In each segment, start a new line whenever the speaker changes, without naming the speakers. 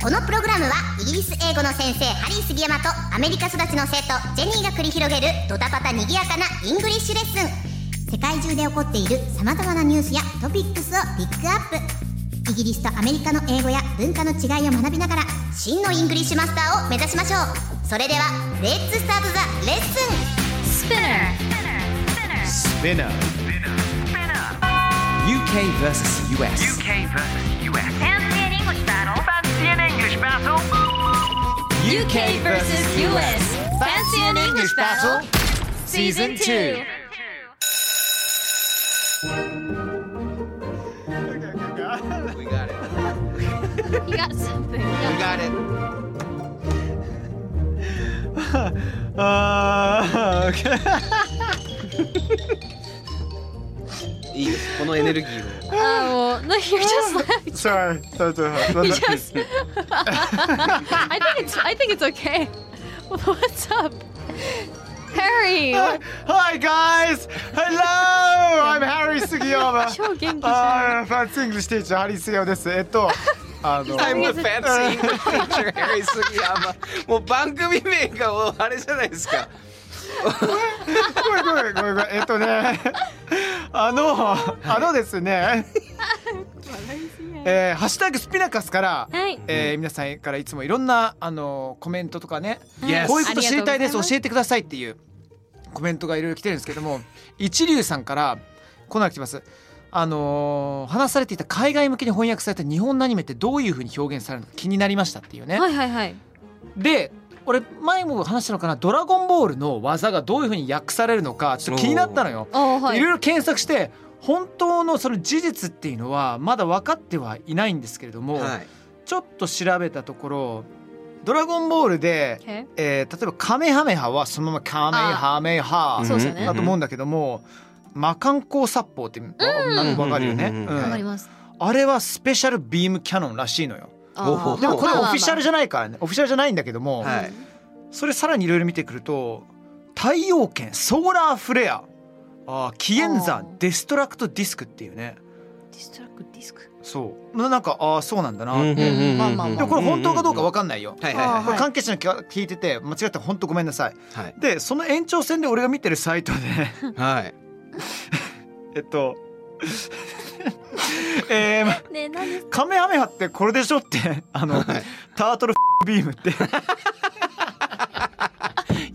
このプログラムはイギリス英語の先生ハリー杉山とアメリカ育ちの生徒ジェニーが繰り広げるドタパタにぎやかなイングリッシュレッスン世界中で起こっている様々なニュースやトピックスをピックアップイギリスとアメリカの英語や文化の違いを学びながら真のイングリッシュマスターを目指しましょうそれではレッツスタートザレッスン
Spinner. UK versus US.
UK versus US. Fancy an English battle. Fancy an English battle.
UK versus US. Season
Fancy an English battle.
2. We got it.
You got something.
We got it.
Uh, okay.
いいです。このエネルギー
Oh, well, no, you're just laughing.
Sorry. Sorry, sorry, sorry.
You just. I think it's. I think it's okay. What's up, Harry?
Hi guys. Hello. I'm Harry Sugiyama.
超元気じゃん
Ah, fancy English teacher Harry Sugiyama です。えっと、あの、
を。I'm a fancy teacher Harry Sugiyama。もう 番組名がもうあれじゃないですか。
ごめんごめんごめんごめん。えっとね、 あの、あのです ね、えー、ハッシュタグスピナカスから、
はい
えー皆さんからいつもいろんなあのコメントとかね、
Yes
こういうこと知りたいで
ありがとうご
す
ざいます
教えてくださいっていうコメントがいろいろ来てるんですけども一流さんからこんなの来てますあのー話されていた海外向けに翻訳された日本のアニメってどういうふうに表現されるのか気になりましたっていうね、
はいはいはい。
で俺前も話したのかな「ドラゴンボール」の技がどういうふうに訳されるのかちょっと気になったのよ。
おーはいい。
ろいろ検索して本当のその事実っていうのはまだ分かってはいないんですけれども、
はい。
ちょっと調べたところ「ドラゴンボールで」
Okay
えー例えば「カメハメハ」はそのまま「カメハメハ
あ」そうですよね
だと思うんだけども「魔漢光殺法」ってわなんかわかるよね。
うん
わかり
うん
ます。
あれはスペシャルビームキャノンらしいのよ。
あ
ほうほう
ー
でもこれ
まあ
オ
まあまあ
フィシャルじゃないからねオフィシャルじゃないんだけども、
はい。
それさらにいろいろ見てくると太陽圏ソーラーフレアあー紀元
あ
山
ー
デストラクトディスクっていうね
ディストラクトディスク。
そうななんかああそうなんだな、で
まあまあまあ
もこれ本当かどうかわかんないよ、
はいはいはい
こ
は
れ
い
関係者の聞いてて間違って本当ごめんなさい
はい
でその延長線で俺が見てるサイ トで
はい。
えっと えーま
ねえ、何です
カメハメハってこれでしょってあ
は
の、
い
タートルビーム って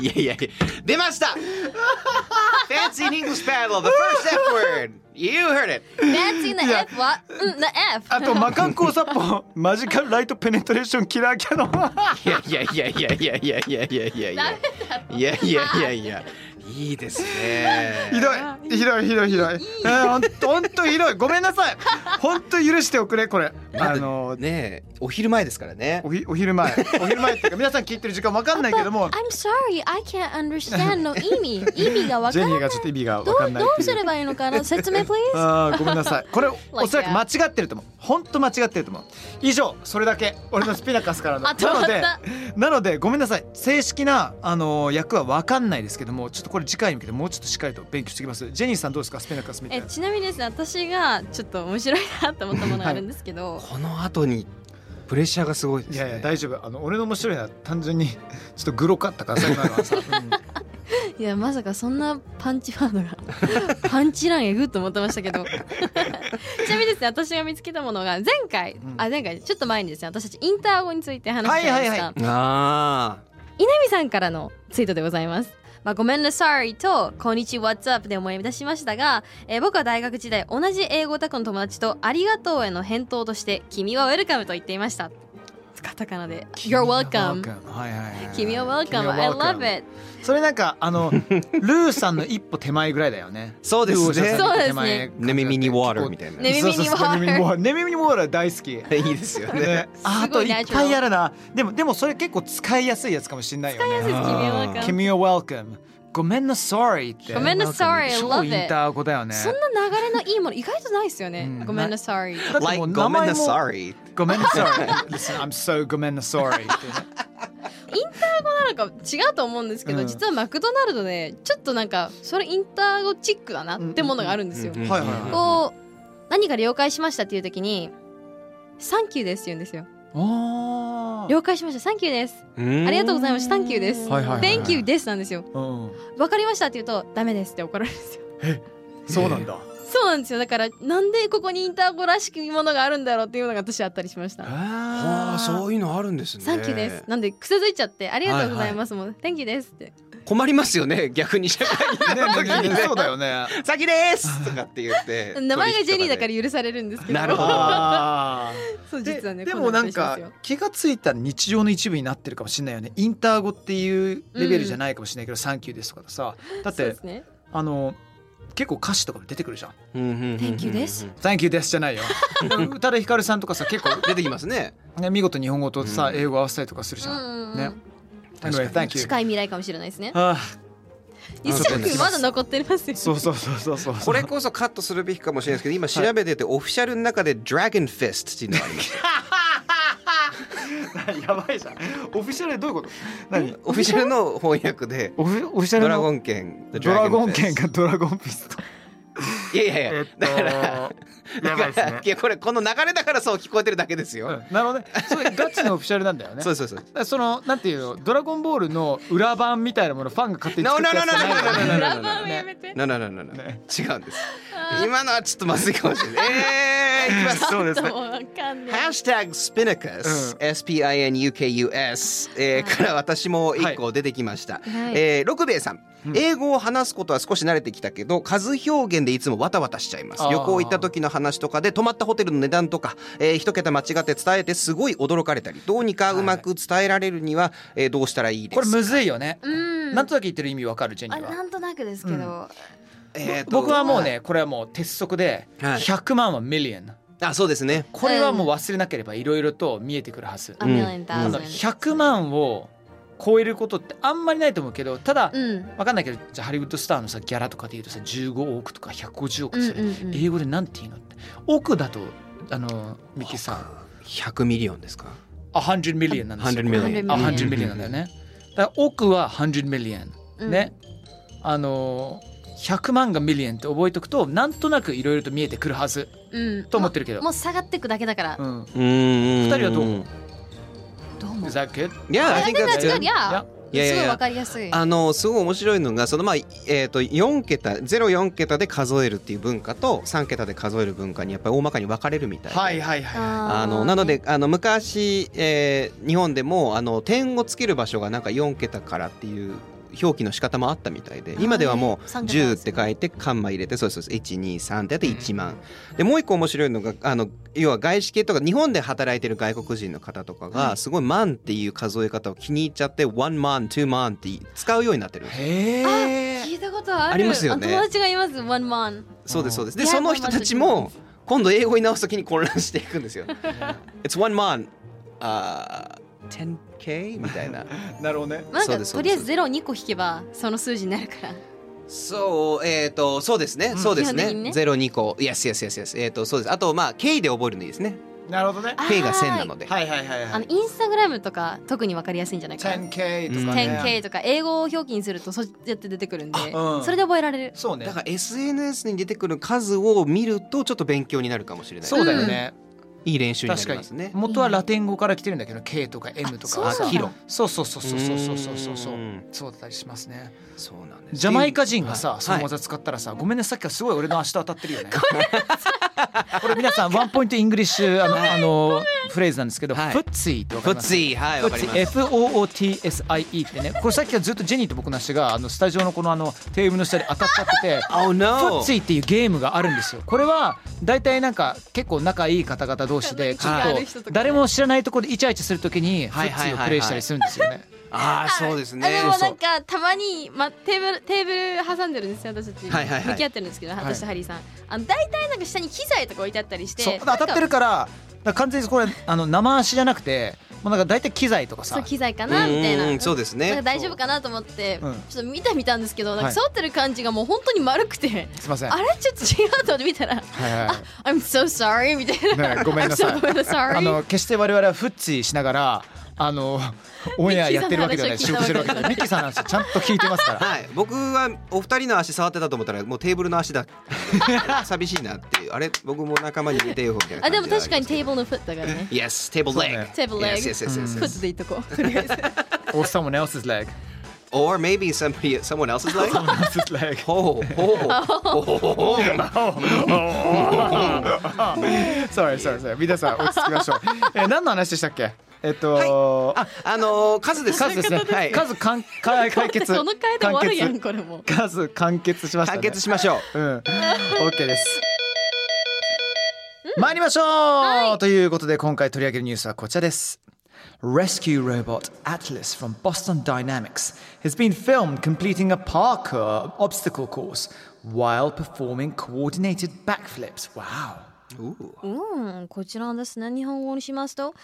いやいやいや出ました Fancy an English battle the first F word You heard it
Dancing the F は、うん、the F。
あと魔漢光殺法マジカルライトペネトレーションキラーキャノン
いやいやいやいやいやいやいやいやいやいやいやいやいやいやいいですね
ひどい、ひどい、ひどい、ひどい。えーほんと、ほんとひどい、ごめんなさい。ほんと許しておくれ、これ。あ
あ
の
の、ねえお昼前ですからね
おひ、お昼前、お昼前っていうか、皆さん聞いてる時間わかんないけど
But。
も
I'm sorry, I can't understand の意味。意味がわ
ジ
か
ェ
らな
ニー
い。
がちょっと意味が
ど
わか
うん
ない
ど
って
う
い
す
う。
ればいいのかな説明 please。
あーごめんなさい これ
Like
おそらく間違ってると思う本当間違ってると思う以上それだけ俺のスピナカスからの
あ止まっ
なの
た
でなのでごめんなさい正式なあの役はわかんないですけどもちょっとこれ次回に向けてもうちょっとしっかりと勉強してきますジェニーさんどうですかスピナカスみたい
え
な
ちなみにですね私がちょっと面白いなと思ったものがあるんですけど、
この後にプレッシャーがすごいです
い
ね
やいや大丈夫あの俺の面白いのは単純にちょっとグロかったからさ今の はさ、うん
い、やまさかそんなパンチワード がパンチラインえぐっと思ってましたけど ちなみにですね私が見つけたものが前回、
ん
あ前回ちょっと前にですね私たちインター語について話してま
はい
し
はい
た、
は
あ
稲見さんからのツイートでございます。まあ、ごめんなさいと、こんにちは、What's up で思い出しましたが、えー僕は大学時代、同じ英語オタクの友達と、ありがとうへの返答として、君はウェルカムと言っていました。カタカナで You're welcome
はいはいはいはい
君は welcome
君
I
は welcome
love it
それなんか あのルーさんの一歩手前ぐらいだよね
そうですね
ルーお医者さんの手前
そ
ね耳に water みたいな
ね耳に water
そうそうそうね耳に water ね耳に water 大好き
いいですよね
ね、ああ
すご
と
い
い
ナ
っ
チュラ
ぱ
ル
いあるなでもでもそれ結構使いやすいやつかもしれないよね
君は welcome
君は welcome ごめんな sorry って
ごめんな sorry
なんか
love
超
it
インター語だよね
そんな流れのいいもの意外とないですよね。
うん
ごめんなさい。
だっても
Like
う
ごめ
名
ん
前
な
も
sorry
ごめんな sorry Listen, I'm so ごめんな sorry って
イ
ね
ンター語なのか違うと思うんですけど、
うん
実はマクドナルドでちょっとなんかそれインター語チックだなってものがあるんですよ。
うん
はいはいは
こう何か了解しましたっていう時に「サンキューです」って言うんですよ。
あー
了解しました「サンキューです」
うん
ありがとうございました「サンキューです」
はいはいはいはい
Thank you です」なんですよ。
うん
わかりましたって言うと「ダメです」って怒られるんですよ。
そうな んだ
そうなんですよだからなんでここにインター語らしきものがあるんだろうっていうのが私あったりしました。
あ
はあ、そういうのあるんですね。
サンキューです。。なんで癖づいちゃってありがとうございますもん。Thank you ですって。
困りますよね逆に社会に
ねねねそうだよね
先ですとかって言って
名前がジェニーだから許されるんですけど。
なるほど
あー
そう
で
実はね。
で
こ
も
だ
な
ったり
ん
しま
か
すよ
気がついたら日常の一部になってるかもしれないよねインター語っていうレベルじゃないかもしれないけど「サンキューです」とかさだっ
そうで
て
すね。
あの結構歌詞とかも出てくるじゃん
Thank
Thank you です。
「Thank you です」じゃ ないよ宇多田ヒカルさんとかさ結構、
出てきますね。
ね、見事日本語とさ、
うん
英語合わせたりとかするじゃん、
うん
ね
確かに
Anyway, thank you
近い未来かもしれないですね。
あ
一
そうで
尺
す
まだ残ってますよ。
ーそうそうそうそうそう
これこそカットするべきかもしれないですけど、今調べててオフィシャルの中でドラゴンフィストっていうのがあります。
やばいじゃんオフィシャルでどういうこと何
オフィシャルの翻訳で
オフィオフィシャル
ド
の
ラゴン剣、The
ドラゴン
Dragon
剣
Fist
がドラゴンピスト
いやいやいや。だから。
とやばいですね
いやこれこの流れだからそう聞こえてるだけです
う
よ。
んなるほどねそれガチのオフィシャルなんだよね
そうそうそう。
そのなんていうのドラゴンボールの裏版みたいなものファンが勝手に
No
作っ
no no
たや
no
つ
no no
じゃないからね
no
ラ
no
バ
no
ーは やめて。
No no no no no 違うんです。今のはちょっとまずいかもしれない。えー、いきます。
そうですね
もうわかんない。
Hashtag Spinnacus、
うん
SPINUKUS、えーから私も一個出てきました。
はい
えー六兵衛さん、英語を話すことは少し慣れてきたけど、数表現でいつもわたわたしちゃいます
あ。ー
旅行行った時の話とかで、泊まったホテルの値段とか、えー一桁間違って伝えてすごい驚かれたり、どうにかうまく伝えられるには、えーどうしたらいいです
こ
か
れむずいよね
うん。
なんとなく言ってる意味わかるジェニ
あ
ーは
なんとなくですけど。
えーと
僕はもうねこれはもう鉄則で
はい
100万はミリオン
あ、そうですね。
これはもう忘れなければいろいろと見えてくるはず
A million
あ
thousand
の。100万を超えることってあんまりないと思うけどただ
うん。
わかんないけどじゃあハリウッドスターのさギャラとかで言うとさ15億とか150
う
億
ん
す
う
る
んうん。
英語でなんて言うのって億だとあのミキさん
100ミリオンですか。
100ミリオンなんですよ
100 million
あ、
うん
100ミリオンなんだよね。だから億は100ミリオン。
うん
ね。あのー、100万がミリオンって覚えておくと、なんとなくいろいろと見えてくるはず
うん。
と思ってるけど。
もう下がっていくだけだから
う。ん。
うんうん。
二人はどう思う
どう思う
Is that good?
Yeah, I think that's
違
good.
ういや。
いやいやいや
すごいわかりやすい。
あのすごい面白いのがそのまあえっ、と4桁04桁で数えるっていう文化と3桁で数える文化にやっぱり大まかに分かれるみたいで
はいはいは
あのなのであの昔、えー日本でもあの点をつける場所がなんか4桁からっていう表記の仕方もあったみたいで今ではもう
三桁
10って書いてカンマ入れてそうですそうです123ってやって1万、でもう一個面白いのがあの要は外資系とか日本で働いてる外国人の方とかがすごい万っていう数え方を気に入っちゃって1万2万って使うようになってるんで
い。
す
へえ。
聞いたことある。
ありますよね
あ友達がいます。One man。
そうですそうですで
いや
その人たちも今度英語に直すときに混乱していくんです よ It's one man あー 10k みたいな
なるほどね。
なん
そう
か
です
とりあえずゼロ二個引けばその数字になるから。
そう、えっ、と、そうですね、そうです
基本的に
ね。
ね
ゼロ二個、イエスイエスイエスイエス、えっ、と、そうです。あと、まあ、K で覚えるのいいですね。
なるほどね。
K が千なので。
はいはいはい
あ
は
の
い。
インスタグラムとか特にわかりやすいんじゃないかな。
10K とかね。
10K とか英語を表記にするとそうやって出てくるんで、
うん
それで覚えられる。
そうね
だ。から SNS に出てくる数を見るとちょっと勉強になるかもしれない
そうだよね。
いい練習にな
確
り
か
ます
に
ね。
元はラテン語から来てるんだけど K とか M とか
あそうなんだ
キロそうそうそうそうそうそうそうそうそう
うーん
そうだったりしますね
そうなんです
ジャマイカ人がさ、
はい
その技使ったらさ、ごめんね、さっきはすご い俺の足と当たってるよね。これ皆さん、ワンポイントイングリッシュ、あの、あの、フレーズなんですけど、
はい
フッツィってわか
フッ
ります
ツィはいわかります
FOOTSIE ってねこれさっきからずっとジェニーと僕の話があのスタジオのこのあのテーブルの下で当たっちゃってて
Oh
フッ
no
ツィっていうゲームがあるんですよこれは大体なんか結構仲いい方々同士でちょ
はい
っと誰も知らないところでイチャイチャするときにフ
はい
ッツ
はいはい
ィ
は
を
い
プレイしたりするんですよね
ああそうですね
あでもなんかたまに、ま、テーブルテーブル挟んでるんですよ私たち、
はいはいはい
向き合ってるんですけど
い
私とハリーさん、あの大体なんか下に機材とか置いてあったりして
そ
な
う当
んか
たってるからだから完全にこれあの生足じゃなくてもうなんか大体機材とか
そう
さ
機材か
うん
なみたいな、
うんそうです
なん
ね
か大丈夫かなと思って、
うん
ちょっと見た見たんですけどなんか
はい
触ってる感じがもう本当に丸くて、
すいません
あれちょっと違うと思って見たら
はいはいはい
「I'm so sorry」みたいな、
ねごめんなさい
I'm so- ごめんなさい
あの決して我々はフッツィしながら あのオンエアやってるわけではない
ミッ
仕
キー
事して
さんの
る
話を聞いた
わけではないミッキーさんの話ちゃんと聞いてますか ら
はい僕はお二人の足触ってたと思ったらもうテーブルの足 だ寂しいなっていうあれ僕も仲間に似てよみたいな
あ
感じ
でも確かにテー
ブ
ブルのフットだからね
ル Yes テーブル
そう
leg
ね
Table leg
Yes yes yes, yes
フ
yes
ットでいっとこうとりあえず
or someone else's leg
Or maybe somebody someone else's leg
someone else's leg
ほうほうほうほうほう
sorry sorry sorry 皆さん落ち着きましょうえー何の話でしたっけえっとあ
あのー数です
数ですね
はい
数かんか解決
その回で終わるやん
完結
これもう
数完結しました
完
ね
結しましょう
うん OK です参りましょう、ということで今回取り上げるニュースはこちらです Rescue robot Atlas from Boston Dynamics has been filmed completing a parkour obstacle course while performing coordinated backflips. Wow.
うん、こちらですね日本語にしますと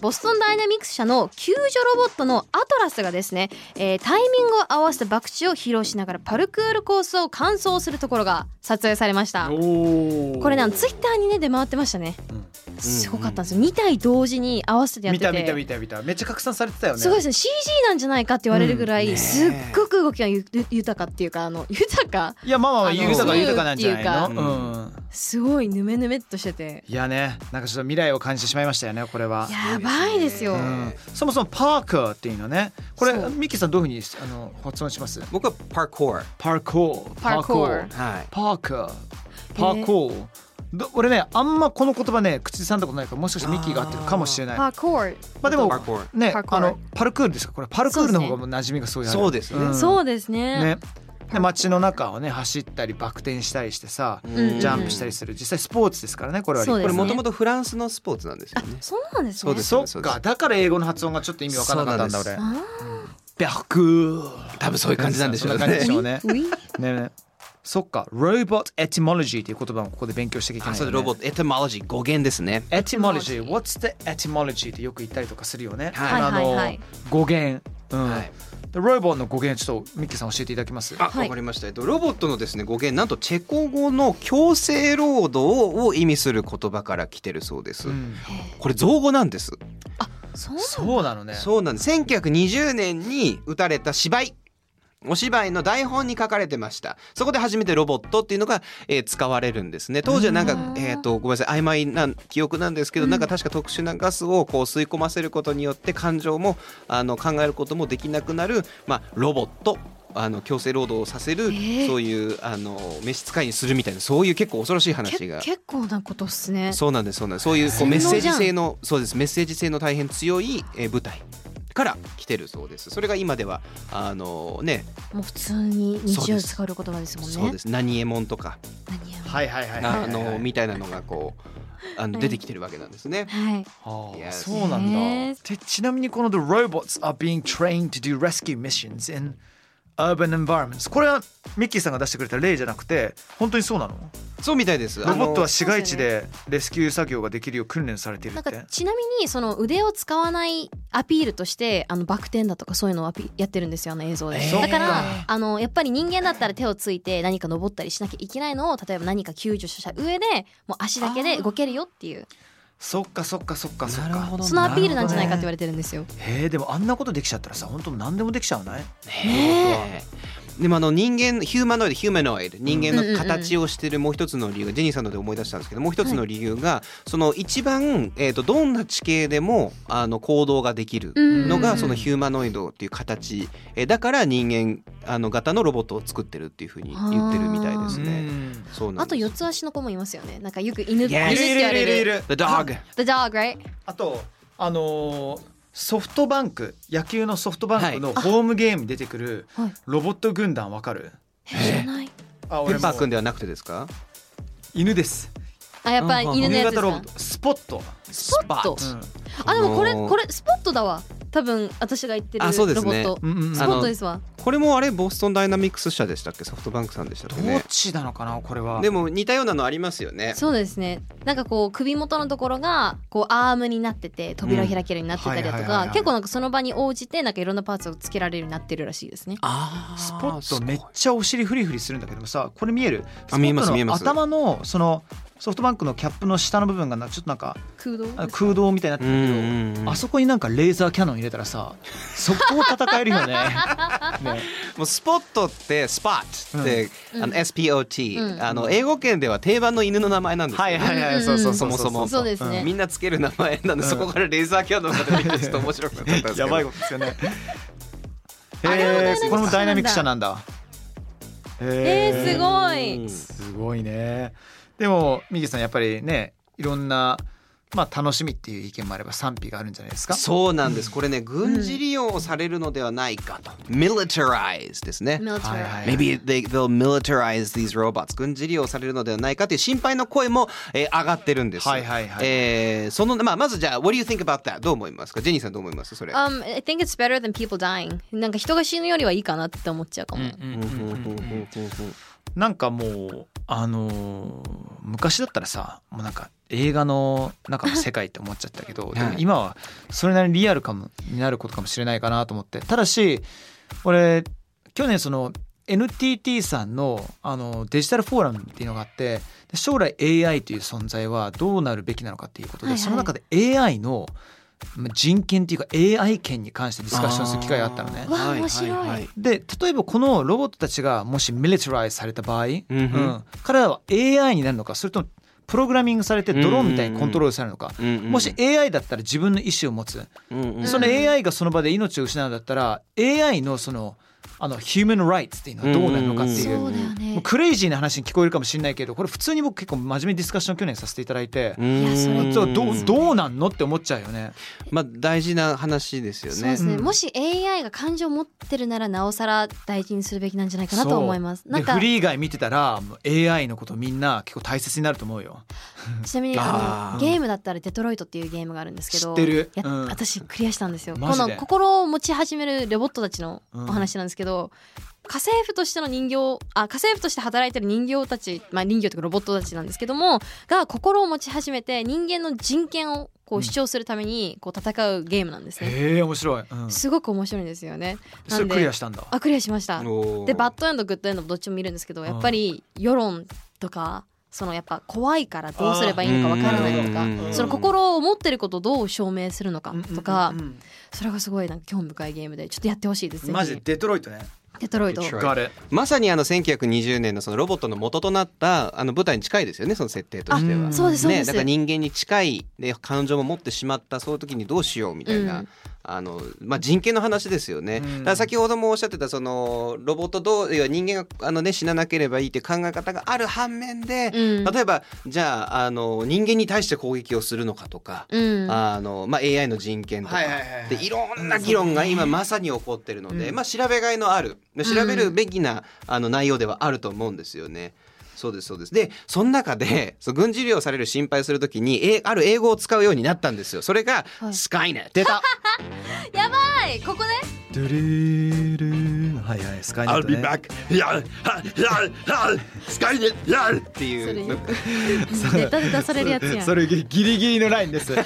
ボストンダイナミクス社の救助ロボットのアトラスがですね、えータイミングを合わせた爆地を披露しながらパルクールコースを完走するところが撮影されましたこれねツイッターにね出回ってましたね、すごかったんですよ2体同時に合わせてやっ
見
てて
た見た見た見た。めっちゃ拡散されてたよね。
すごいですね CG なんじゃないかって言われるぐらい、すっごく動きがゆゆ豊かっていうかあの豊か
いやまあまあまあ
あの
豊か豊かなんじゃない
自
の。うん。
すごいヌメヌメっとしてて
いやね、なんかちょっと未来を感じてしまいましたよね、これは。
やばいですよ、
うんそもそもパーカーっていうのね、これ
そう
ミッキーさんどういうふうにあの発音します？
僕はパーコー
パーコー、
パーコー
はい
パーカー、パーコー。ど俺ねあんまこの言葉ね口ずさんだことないからもしかしてミッキーが合ってるかもしれない。
パ
ま
ーコール
あでも
パーコー
ね
パーコー
あのパルクールですかこれパルクールの方がもう馴染みがすごいある。
そうですね
ん
そうですね
ね。で街の中をね走ったりバク転したりしてさ、
ん
ジャンプしたりする実際スポーツですからねこれは
そう
こ
です
れ
ね
もともとフランスのスポーツなんですよね
そうなんです
そう
ね
です
そっかだから英語の発音がちょっと意味わからなかったんだ
そう
俺
あ
バック
多分そういう感じなんでしょう
そんな感
ね
じでしょうね
ーウィ
ねねそっか robot etymology という言葉もここで勉強していけな
あ
いよ、ね、
そうですロボットエトモロジー語源ですね
etymology what's the etymology ってよく言ったりとかするよね
はい
あの
はいはい
語源うん、
はい
で robot の語源ちょっとミッキーさん教えていただきます
あ、
はい
わかりました。えっとロボットのですね語源なんとチェコ語の強制労働を意味する言葉から来てるそうです。
うん
これ造語なんです。
そう
そうなのね
そうなんです。1920年に打たれた芝居。お芝居の台本に書かれてましたそこで初めてロボットっていうのが、えー使われるんですね当時はなんかえー、とごめんなさい曖昧な記憶なんですけど、なんか確か特殊なガスをこう吸い込ませることによって感情もあの考えることもできなくなる、まあ、ロボットあの強制労働をさせる、そういうあの召使いにするみたいなそういう結構恐ろしい話
け
が
結構なことっすね
そうなんですそうなんですそういうこうメッセージ性のそうですメッセージ性の大変強いえー舞台から来てるそうですそれが今ではあのね
もう普通に日
そう
常
で
に
す
使える言葉ですもんね
そうです何えもんとか
何や
はいはいはいはい
あのみたいなのがこうあの出てきてるわけなんですね
はい
ああ
Yes.
そうなんだ、
ね
でちなみにこの The robots are being trained to do rescue missions in urban environments これはミッキーさんが出してくれた例じゃなくて本当にそうなの
そうみたいです
ロボットは
あ
市街地でレスキュー作業ができるよう訓練されている
な
っ
んか
て
ちなみにその腕を使わないアピールとしてあのバク転だとかそういうのをアピやってるんですよあの映像で、
えー
だか
そ
ら
っか
あのやっぱり人間だったら手をついて何か登ったりしなきゃいけないのを例えば何か救助した上でもう足だけで動けるよっていう
そっかそっかそっかそっ
なる
か
ほど
そのアピールなんじゃないかっ
な
て言われてるんですよ、
へえでもあんなことできちゃったらさ本当何でもできちゃうね
るほどねでもあの人間ヒューマノイドヒューマノイド人間の形をしているもう一つの理由がジェニーさんので思い出したんですけどもう一つの理由が、その一番、えー、とどんな地形でもあの行動ができるのがそのヒューマノイドっていう形、えーだから人間あの型のロボットを作ってるっていうふうに言ってるみたいですね。そうな
あ
ん
と
です
四つ足の子もいますよねなんかよく犬犬って
やいる
言われる
The dog
The dog right
あとあのーソフトバンク野球のソフトバンクのホームゲームに出てくる
はい
ロボット軍団わかる
知らない
あ
ペッパー
もう
くんではなくてですか
犬です
あやっぱ
うんうん
犬の
夕
やつで
方
す
ロボッ
か
トスポット、
スポットあでもこれこれスポットだわ多分私が言ってるロ
あ
ボ
そうですね
ット
うんうん
ス
うん
ポットですわ
これもあれボストンダイナミクス社でしたっけソフトバンクさんでしたっけ
どっ
ね
ちなのかなこれは
でも似たようなのありますよね
そうですねなんかこう首元のところがこうアームになってて扉を開けるようになってたりだと
うんはいはいはい
か
はい
結構なんかその場に応じてなんかいろんなパーツをつけられるようになってるらしいですね
あ
スポットめっちゃお尻フリフリするんだけどもさこれ見えるスポットの
見えます見えます
頭のそのソフトバンクのキャップの下の部分がなちょっとなんか
空洞
あの空洞みたいになって
う
るけど、
んうんうん
あそこになんかレーザーキャノン入れたら さ速攻戦え るよねね
もうスポットってスパットって、
うん
あの SPOT、
うん
あの英語圏では定番の犬の名前なんですよ、ね
いはいそうそう
そもそも
そうですね
みんなつける名前なんで、そこからレーザーキャノンが出てきてちょっと面白くなっちゃったんです けど
やばいことですよね
あれ
へ
も
えこれもダイナミック社なんだ
え
へ
ー、すごい
うん
すごいねでもミギさんやっぱりねいろんなまあ楽しみっていう意見もあれば賛否があるんじゃないですか
そうなんですこれね軍事利用されるのではないかと、militarize ですね、
military、
はいはい
Maybe they, they'll militarize these robots 軍事利用されるのではないかという心配の声も、えー上がってるんです。
はいはいはい
えーそのまあまずじゃあ What do you think about that どう思いますかジェニーさんどう思いますそれ。
Um, I think it's better than people dying なんか人が死ぬよりはいいかなって思っちゃうかも、
うんうんうんうんうん
なんかもうあのー昔だったらさもうなんか映画の中の世界って思っちゃったけど、でも今はそれなりにリアルかもになることかもしれないかなと思ってただし俺去年その NTT さんのあのデジタルフォーラムっていうのがあってで将来 AI という存在はどうなるべきなのかっていうことで、
はいはい
その中で AI のまあ人権っていうか AI 権に関してディスカッションする機会があったのね。
わあ面白い
で例えばこのロボットたちがもしミリタライズされた場合、うん
うん
彼らは AI になるのかそれともプログラミングされてドローンみたいにコントロールされるのか、
うんうん
もし AI だったら自分の意思を持つ、
うんうん
その AI がその場で命を失うんだったら AI のそのあの human rights っていうのはどうなるのかっていう,、
うん
そうだよね
もうクレイジーな話に聞こえるかもしれないけどこれ普通に僕結構真面目にディスカッション去年させていただいて、
うん
いやそれ
そうどうどうなんのって思っちゃうよね。
まあ大事な話ですよ
そうで
ね
す。ね、
うん
もし AI が感情を持ってるならなおさら大事にするべきなんじゃないかなと思います
そう
なんか
でフリー以外見てたらもう AI のことみんな結構大切になると思うよ。
ちなみにあ
あー
のゲームだったら「デトロイト」っていうゲームがあるんですけど
知ってる
や
うん
私クリアしたんですよ
マ
こ
ジで
の心を持ち始めるロボットたちのお話なんですけど、家政婦としての人形あ家政婦として働いてる人形たち、まあ、人形というかロボットたちなんですけどもが心を持ち始めて人間の人権をこう主張するためにこう戦うゲームなんですね、
へえ面白い、うん、
すごく面白いんですよね
それ
なんで
クリアしたんだ
あクリアしました
おー
でバッドエンドグッドエンドもどっちも見るんですけどやっぱり世論とかそのやっぱ怖いからどうすればいいのかわからないと
う
か
ん
その心を持ってることをどう証明するのかとか
うんうんうん
それがすごいなんか興味深いゲームでちょっとやってほしいですね
マジでデトロイトね
デトロイト
Detroit
ガレ
まさにあの1920年のそのロボットの元となったあの舞台に近いですよねその設定としては。
あ
そうですそうで
ね、
す
だから人間に近いで感情も持ってしまったそういう時にどうしようみたいな、
うん
あのまあ、人権の話ですよね、
うん
だから先ほどもおっしゃってたそのロボットどう要は人間があの、ね、死ななければいいって考え方がある反面で、
うん
例えばじゃああの人間に対して攻撃をするのかとか、
うん
あのまあ、AI の人権とか、
はい
い
はいはいはい
でいろんな議論が今まさに起こってるので、まあ、調べがいのある調べるべきな、あの内容ではあると思うんですよね。そうですそうですでその中でそう軍事利用される心配するときにえある英語を使うようになったんですよそれが、
はい
スカイネット
出た
やばいここね
ドゥルルルはいはいスカイネット、ね、
やややスカイネットやって
そ
い
れ
う
出た出たされるやつやん
それギリギリのラインですギ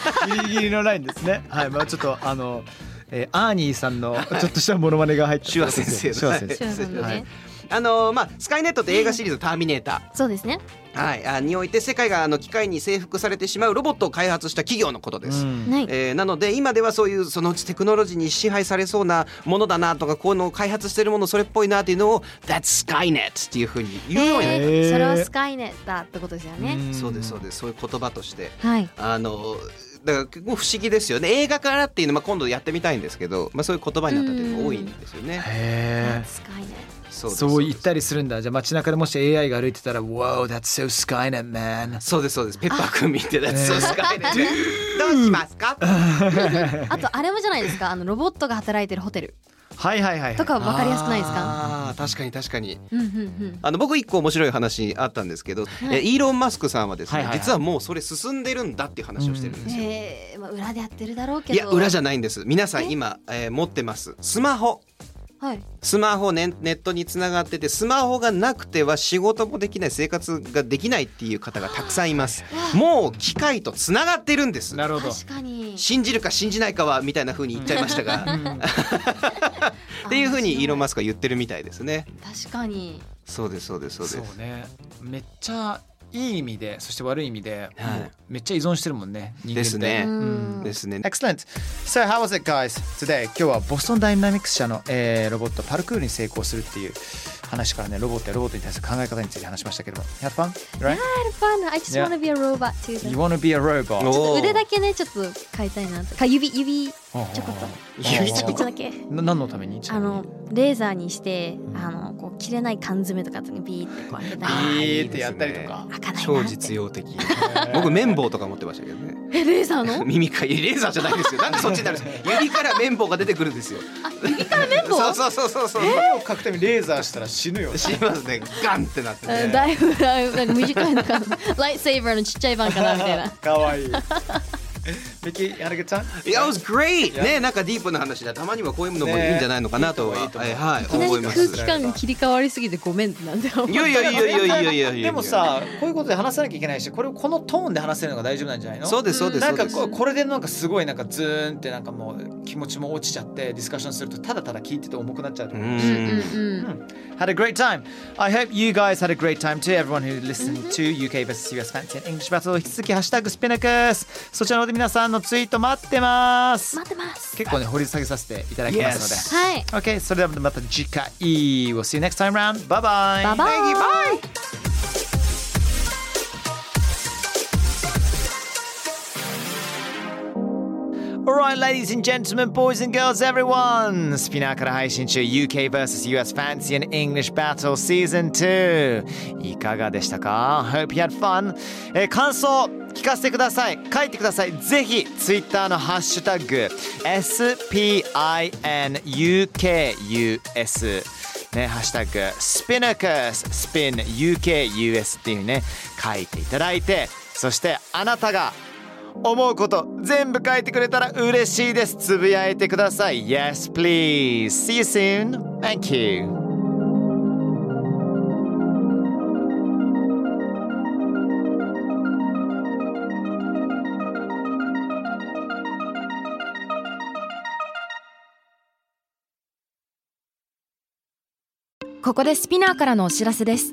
リギリのラインですねはいまあちょっとあの、えー、アーニーさんのちょっとしたモノマネが入った
手話先生の
手話先生
シュワさんのね
はい
あのーまあスカイネットって映画シリーズ「ターミネーター」
そうですね
はい、あにおいて世界があの機械に征服されてしまうロボットを開発した企業のことです。
うん
はい、
えーなので今ではそういうそのうちテクノロジーに支配されそうなものだなとかこういうのを開発してるものそれっぽいなっていうのを「That's Skynet」っていうふうに言うようになる、
へー
それをスカイネットってことですよね、
そうですそうですそういう言葉として
はい
あのだから結構不思議ですよね映画からっていうのは今度やってみたいんですけど、まあ、そういう言葉になったというのが多いんですよね。
へえ
スカイネッ
そです
そう言ったりするんだじゃあ街中でもし AI が歩いてたら「Wow that's so Skynet man
そうですそうですペッパー君見て「That's so Skynet」
どうしますか
トあとあれもじゃないですかあのロボットが働いてるホテル」
はいはいはい
とか分かりやすくないですか
あー確かに確かに。
うんうんうん
あの僕一個面白い話あったんですけど、
い
えイーロン・マスクさんはですね、
はいはいはい
実はもうそれ進んでるんだっていう話をしてるんですよ。
えーまあ、裏でやってるだろうけ
い
ど
や裏じゃないんです皆さん今、えー持ってますスマホ
はい
スマホねネットにつながっててスマホがなくては仕事もできない生活ができないっていう方がたくさんいますもう機械とつながってるんです
なるほど
確かに
信じるか信じないかはみたいな風に言っちゃいましたが、っていう風にイーロン・マスクは言ってるみたいですね
確かに
そうですそうですそうです
そうねめっちゃいい意味でそして悪い意味で、
はい
もうめっちゃ依存してるもんね人間って
ですね
うん
ですね
Excellent! So how was it guys? Today 今日はボストンダイナミクス社の、えーロボットパルクールに成功するっていう話からねロボットやロボットに対する考え方について話しましたけども Have fun? Right?
I had fun I just wanna be a robot too
You wanna be a
お
robot?
ー
ちょっと腕だけねちょっと変えたいなとか指指ち
ちょ
ょこっと
指
ちょっとだけ
な何のために
あのレーザーにしてあのこう切れない缶詰とかにビーってこう開けた
ビ
り
ーってやったりとか
開かないな
超
って
実用的 僕綿棒とか持ってましたけど ね
えレーザーの
耳かいやレーザーじゃないですよなんでそっちにな るんですか指から綿棒が出てくるんですよ
指から綿棒
そうそうそうそうそう
を描くためにレーザーしたら死ぬ よ
死にますねガンってなって
うん
ね
だいぶだいぶなんか短い のかなライトセーバーのちっちゃい版かなみたいな
かわいい Vicky, had a good time?
いや it was great ねなんかディープな話でたまにはこういうのもいいんじゃないのかなとは
ねいいと思ういいと思う
はいはい
い
思
き
い
な
ま
り
す
空気感が切り替わりすぎてごめんってなんで思う
いやいやいやいやいやいやいやいや
でもさこういうことで話さなきゃいけないしこれをこのトーンで話せるのが大丈夫なんじゃないの
そうですそうです
なん
そう
か
です
こうこれでなんかすごいなんかズーンってなんかもう気持ちも落ちちゃってディスカッションするとただただ聞いてて重くなっちゃうと
う
思う。
ん
Had a great time. I hope you guys had a great time too. Everyone who listened to UK vs US Fancy and English Battle 引き続きハッシュタグスピナクスそちらの方で皆さんのツイート待ってます。
待ってます
結構ね掘り下げさせていただきますので。
はい
OK それではまた次回 We'll see you next time round. Bye
バ
bye.
バーイ
オ Alright, ladies and gentlemen, boys and girls, everyone! スピナーから配信中 UK vs. US Fancy and English Battle Season 2いかがでしたか ?Hope you had fun! えー感想聞かせてください書いてくださいぜひ Twitter のハッシュタグ SPINUKUS ね、ハッシュタグスピナクススピン UKUS っていうふうにね書いていただいてそしてあなたが思うこと全部書いてくれたら嬉しいですつぶやいてください Yes please See you soon Thank you
Spotify ここでスピナーからのお知らせです